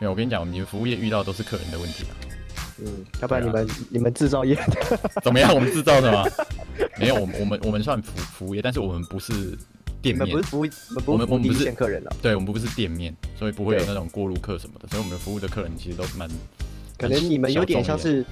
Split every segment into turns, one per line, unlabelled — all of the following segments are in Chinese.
没有，我跟你讲，我们服务业遇到都是客人的问题啊。
嗯，要不然你们、你们制造业的
怎么样？我们制造的吗？没有，我们我们我们算服服务业，但是我们不是店
你们
面
不是，服务，你
我
们不是
们
服
我
务
们
第
不
一
是
线客人了、哦
对我们不是店面，所以不会有
对啊
那种过路客什么的，所以我们服务的客人其实都蛮，
可能你们有点像
小众一
是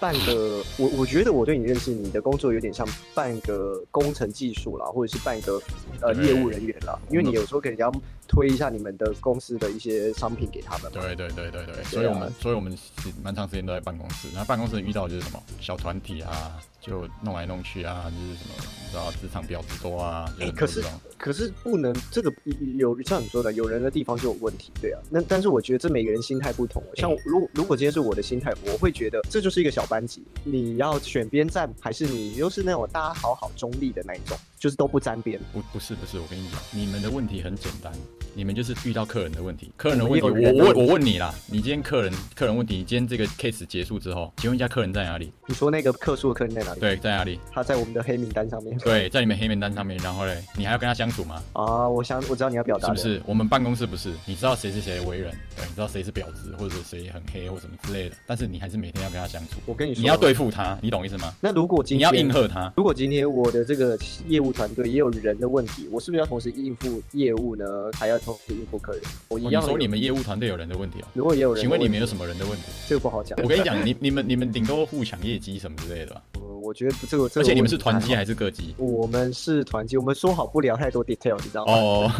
半个，我我觉得我对你认识你的工作有点像半个工程技术啦，或者是半个呃
对
业务人员啦，因为你有时候给人家推一下你们的公司的一些商品给他们嘛。
对对对对
啊
对，所以我们所以我们是蛮长时间都在办公室，然后办公室遇到就是什么小团体啊，就弄来弄去啊，就是什么你知道职场婊子多啊，就
哎
很多
可是
这种
可是不能，这个有有像你说的，有人的地方就有问题，对啊。那但是我觉得这每个人心态不同。像我如果如果今天是我的心态，我会觉得这就是一个小班级，你要选边站，还是你就是那种大家好好中立的那一种，就是都不沾边。
不不是不是，我跟你讲，你们的问题很简单，你们就是遇到客人的问题，客人的问题，
我
我
们也有人的
我
问
我问你啦，你今天客人客人问题，你今天这个 case 结束之后，请问一下客人在哪里？
你说那个客数的客人在哪里？，
对，在哪里？
他在我们的黑名单上面。
对，在你们黑名单上面，然后嘞，你还要跟他相处吗？
啊，我想我知道你要表达
是
的
不是？我们办公室不是，你知道谁是谁的为人，对，你知道谁是婊子或者谁很黑或什么之类的，但是你还是每天要跟他相处，
我跟你说，
你要。对付他，你懂意思吗？
那如果今
你
天
要应和他，
如果今天我的这个业务团队也有人的问题，我是不是要同时应付业务呢？还要同时应付客人？我一
哦你
样。
说你们业务团队有人的问题哦。
如果也有人，
请问你们有
么？
什么人的问题？
这个不好讲。
我跟你讲，你你们你们顶多互抢业绩什么之类的吧，
呃我觉得这个，这个
而且你们是
问题不太
团
好
机。还是个机？
我们是团机，我们说好不聊太多 detail，你知道吗？
哦，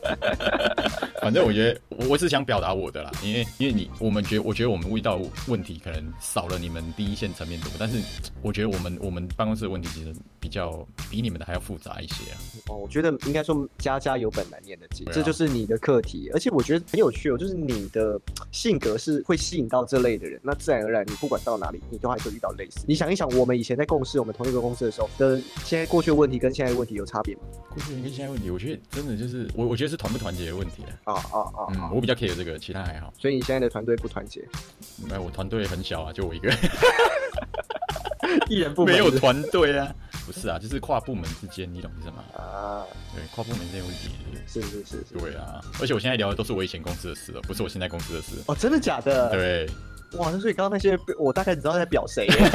反正我觉得我我是想表达我的啦，因为因为你我们觉得我觉得我们遇到问题可能少了你们第一线层面多，但是我觉得我们我们办公室的问题其实比较比你们的还要复杂一些啊。
哦，我觉得应该说家家有本难念的经，
对啊
这就是你的课题。而且我觉得很有趣哦，就是你的性格是会吸引到这类的人，那自然而然你不管到哪里，你都还是会遇到类似。你想一想，我们以前在共事，我们同一个公司的时候的现在过去的问题跟现在的问题有差别吗？
过去跟现在问题，我觉得真的就是我我觉得是团不团结的问题啊。
啊啊啊！啊
嗯，我比较 care 这个，其他还好。
所以你现在的团队不团结，
没有，我团队很小啊，就我一个人，
一人不
没有
团
团队啊。不是啊，就是跨部门之间，你懂意思吗？
啊，
对，跨部门之间有问题。
是是是是。
对啊，而且我现在聊的都是我以前公司的事了，哦不是我现在公司的事。
哦，真的假的？
对，
哇，那所以刚刚那些，我大概知道在表谁耶。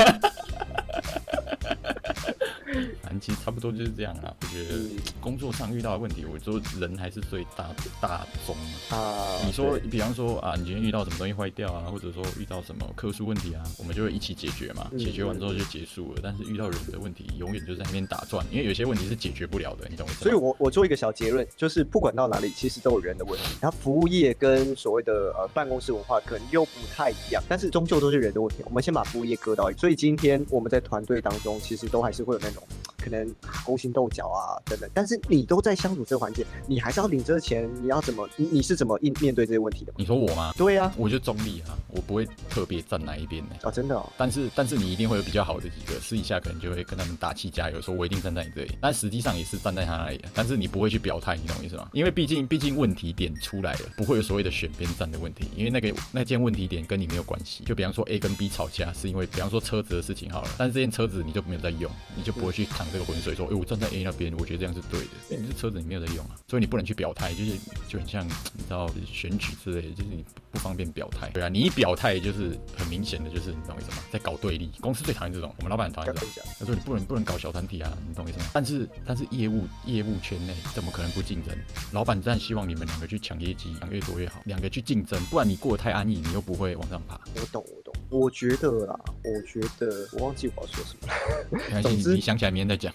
反正其实差不多就是这样啊啦。我觉得
嗯
工作上遇到的问题，我说人还是最大大宗嘛。
啊
你说，比方说啊，你今天遇到什么东西坏掉啊，或者说遇到什么客诉问题啊，我们就会一起解决嘛。
嗯
解决完之后就结束了。但是遇到人的问题，永远就在那边打转，因为有些问题是解决不了的，你懂我意思吗？
所以我我做一个小结论，就是不管到哪里，其实都有人的问题。它服务业跟所谓的呃办公室文化可能又不太一样，但是终究都是人的问题。我们先把服务业搁到一，所以今天我们在团队当中，其实都还是会有那种可能勾心斗角啊等等。但是你都在相处这个环节，你还是要领这个钱，你要怎么你你是怎么应面对这些问题的吗？
你说我吗？
对呀、
我就中立啊，我不会特别站哪一边呢、
啊，真的、哦，
但是但是你一定会有比较好的几个，私底下可能就会跟他们打气加油，说我一定站在你这里，但实际上也是站在他那里的，但是你不会去表态，你懂我意思吗？因为毕竟毕竟问题点出来了，不会有所谓的选边站的问题，因为那个那件问题点跟你没有关系。就比方说 A 跟 B 吵架，是因为比方说车子的事情好了，但是这件车子你就没有在用，你就不会去淌这个浑水说，哎、我站在 A 那边，我觉得这样是对的，因为你这车子你没有在用啊，所以你不能去表态，就是就很像你知道选举之类的，就是你不方便表态。对啊，你一表态就是很明显的，就是你懂我意思吗？在搞对立，公司最讨厌这种，我们老板很讨厌
要
这
分
种。
享。
他说你不能不能搞小团体啊，你懂我意思吗？但是但是业务业务圈内怎么可能不竞争？老板当然希望你们两个去抢业绩，两个越多越好，两个去竞争，不然你过得太安逸，你又不会往上 爬。
我懂，我懂。我觉得啦，我觉得我忘记我要说什么了。
没关
总
系，
之
你想起来明天再讲。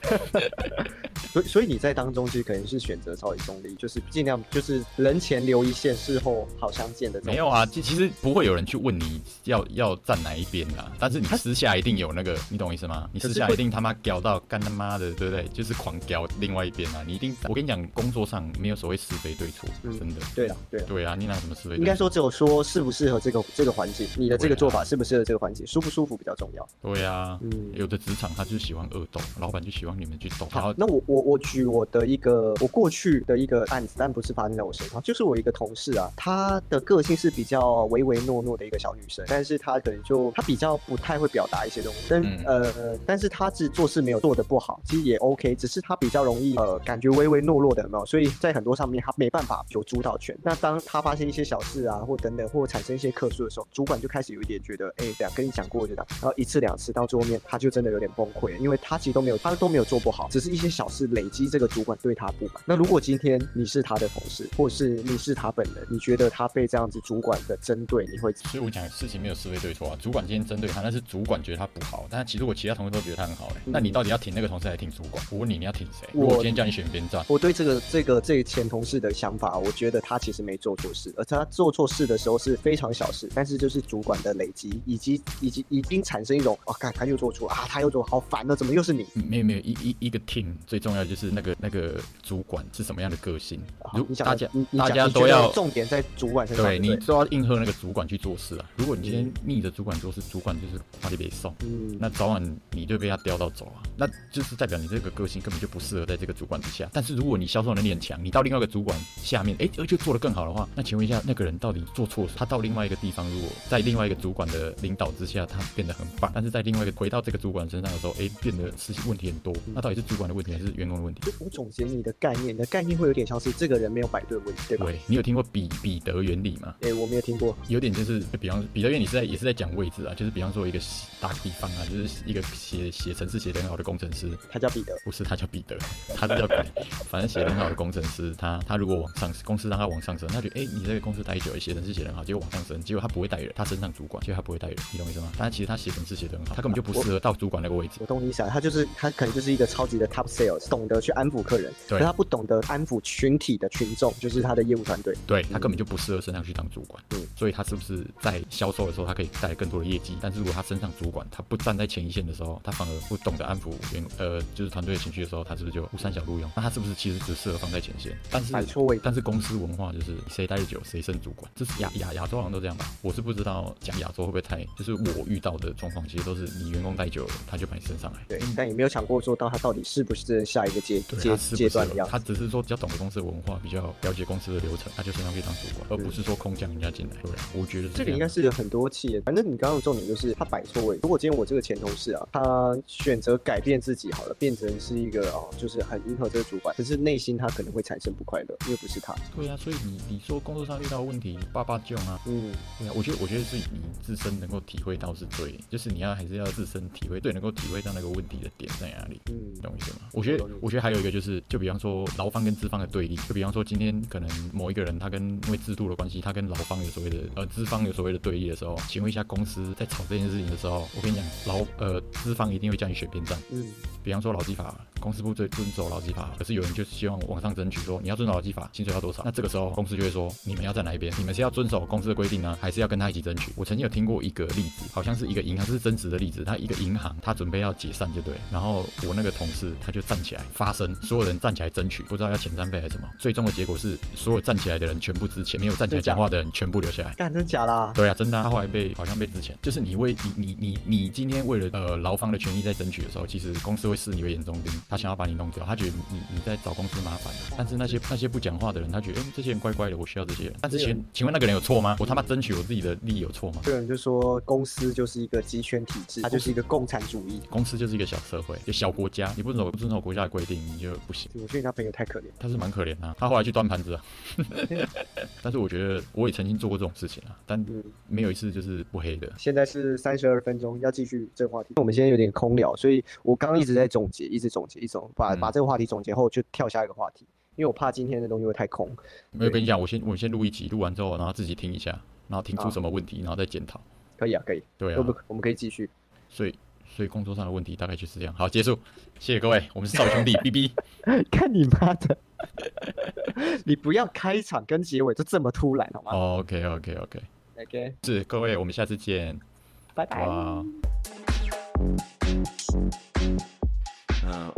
所以，所以你在当中其实可能是选择稍微中立，就是尽量就是人前留一线，事后好相见的这种。
没有啊，其其实不会有人去问你要要站哪一边啊，但是你私下一定有那个，你懂我意思吗？你私下一定他妈屌到干他妈的，对不对？就是狂屌另外一边啊！你一定，我跟你讲，工作上没有所谓是非对错，
嗯
真的。
对了，对了。
对啊，你拿什么是非对错？
应该说，只有说适不适合这个这个环境，你的这个做法适不适合这个环境，
啊
舒不舒服比较重要。
对啊。
嗯，
有的职场他就喜欢恶斗，老板就喜欢你们去斗，然
好
后，
那我我我举我的一个我过去的一个案子，但不是发生在我身上，就是我一个同事啊，她的个性是比较唯唯诺诺的一个小女生，但是她可能就她比较不太会表达一些东西，但、
嗯
呃，但是她是做事没有做的不好，其实也 OK，只是她比较容易呃感觉唯唯诺诺的，有没有？所以在很多上面她没办法有主导权。那当她发现一些小事啊，或等等，或产生一些客诉的时候，主管就开始有一点觉得，哎、这样跟你讲过就这样，然后一次两次到桌面，她就真的有点崩溃，因为她其实都没有她都没有做不好，只是一些小事累积这个主管对她不满。那如果今天你是她的同事，或是你是她本人，你觉得她被这样子主管的针对，你会
所以我讲事情没有是非对错啊，主管今天针对他，但是主管觉得他不好，但其实我其他同事都觉得他很好、欸。那你到底要挺那个同事还是挺主管？我问你，你要挺谁？如果
嗯我
我今天叫你选边站，
我对这个这个这个前同事的想法，我觉得他其实没做错事，而他做错事的时候是非常小事，但是就是主管的累积，以及以及已经产生一种啊，看、他又做错啊，他又做好烦啊，怎么又是你？
嗯没有没有一一一个 team 最重要的就是那个那个主管是什么样的个性，
啊
如
你讲
大家
你你
大
讲
家
你觉
都
得
要
重点在主管身上，
对
对
你
不对，
都要应和那个主管去做事啊。如果你今天逆着主管做事，主管就是把你给送，
嗯，
那早晚你就被他叼到走啊。那就是代表你这个个性根本就不适合在这个主管底下。但是如果你销售能力很强，你到另外一个主管下面，哎，而且做得更好的话，那请问一下，那个人到底做错了什么？他到另外一个地方，如果在另外一个主管的领导之下，他变得很棒，但是在另外一个回到这个主管身上的时候，哎，变得事情问题很多。那到底是主管的问题还是员工的问题？
我我总结你的概念，你的概念会有点像是这个人没有摆对位，对吧？
对，你有听过彼彼得原理吗？
哎、我没有听过，
有点就是，比方比较原理是在也是在讲位置啊，就是比方说一个打个比方啊，就是一个写写程式写得很好的工程师，
他叫彼得，
不是他叫彼得， 他是叫彼得，反正写得很好的工程师，他他如果往上公司让他往上升，他觉得哎、诶你这个公司待久了，写程式写得很好，结果往上升，结果他不会带人，他升上主管，结果他不会带人，你懂我意思吗？但其实他写程式写得很好，他根本就不适合到主管那个位置。
我懂你意思啊，他就是他可能就是一个超级的 top sales，懂得去安抚客人，
对
可他不懂得安抚群体的群众，就是他的业务团队。
对他根本就不适合升上去当主管，
嗯
所以他是不是在销售的时候，他可以带来更多的业绩？但是如果他升上主管，他不站在前一线的时候，他反而不懂得安抚员呃，就是团队的情绪的时候，他是不是就孤山小路用？那他是不是其实只适合放在前线？但是
摆错位
但是公司文化就是谁待的久谁升主管，这是亚亚亚洲好像都这样吧？我是不知道讲亚洲会不会太，就是我遇到的状况其实都是你员工待久了，他就把你升上来。
对，但也没有想过说到他到底是不是下一个阶
嗯对
阶
他是不
阶
是
段
有
一样。
他只是说比较懂得公司的文化，比较了解公司的流程，他就升上去当主管，而不是说空降人家进来。对，啊我觉得是
嗯这个
样
应该是很多企业，反正你刚刚的重点就是他摆错位。如果今天我这个前同事啊，他选择改变自己好了，变成是一个哦，就是很迎合这个主管，可是内心他可能会产生不快乐，因为不是他。
对呀、所以你你说工作上遇到的问题，爸爸囧啊，
嗯，
对啊，我觉得我觉得是你自身能够体会到是对，就是你要还是要自身体会，对，能够体会到那个问题的点在哪里。
嗯
你懂我意思吗？我觉得，我觉得还有一个就是，就比方说劳方跟资方的对立，就比方说今天可能某一个人他跟因为制度的关系，他跟劳方有所谓的呃资方有所谓的对立的时候，请问一下公司在吵这件事情的时候，我跟你讲，劳呃资方一定会叫你选边站。
嗯，
比方说劳基法，公司不遵遵守劳基法，可是有人就希望往上争取说你要遵守劳基法，薪水要多少？那这个时候公司就会说你们要在哪一边？你们是要遵守公司的规定呢，还是要跟他一起争取？我曾经有听过一个例子，好像是一个银行，这是真实的例子，他一个银行他准备要解散就对了，然后我那个同事他就站起来发声，所有人站起来争取，不知道要遣散费还是什么，最终的结果是所有站起来的人全部支钱，没有站起来讲话的人全部留下来。
干真假啦？
对啊，真的啊、他后来被好像被之前，就是你为你你你你今天为了呃劳方的权益在争取的时候，其实公司会视你为眼中钉，他想要把你弄掉，他觉得你你你在找公司麻烦、啊。但是那些那些不讲话的人，他觉得哎、这些人乖乖的，我需要这些人。但是请请问那个人有错吗？我他妈争取我自己的利益有错吗？
这个人就说公司就是一个集权体制，它就是一个共产主义。
公司就是一个小社会，一个小国家，你不遵守不遵守国家的规定，你就不行。
我觉得你那朋友太可怜了。
他是蛮可怜的啊、他后来去端盘 子啊。但是我觉得我也曾经做过这种事情啊，但
嗯
没有一次就是不黑的。
现在是三十二分钟，要继续这个话题。我们现在有点空聊，所以我刚刚一直在总结，一直总结，一直总把
嗯
把这个话题总结后，就跳下一个话题，因为我怕今天的东西会太空。
没有跟你讲，我先我先录一集，录完之后，然后自己听一下，然后听出
好
什么问题，然后再检讨。
可以啊，可以，
对
我
啊
们，我们可以继续。
所以所以工作上的问题大概就是这样。好，结束，谢谢各位，我们是少 兄弟 B B。
看你妈的， 你不要开场跟结尾就这么突然好吗、
OK OK OK，
o k
哦是各位，我们下次见。啊
拜拜。
哇。
Uh,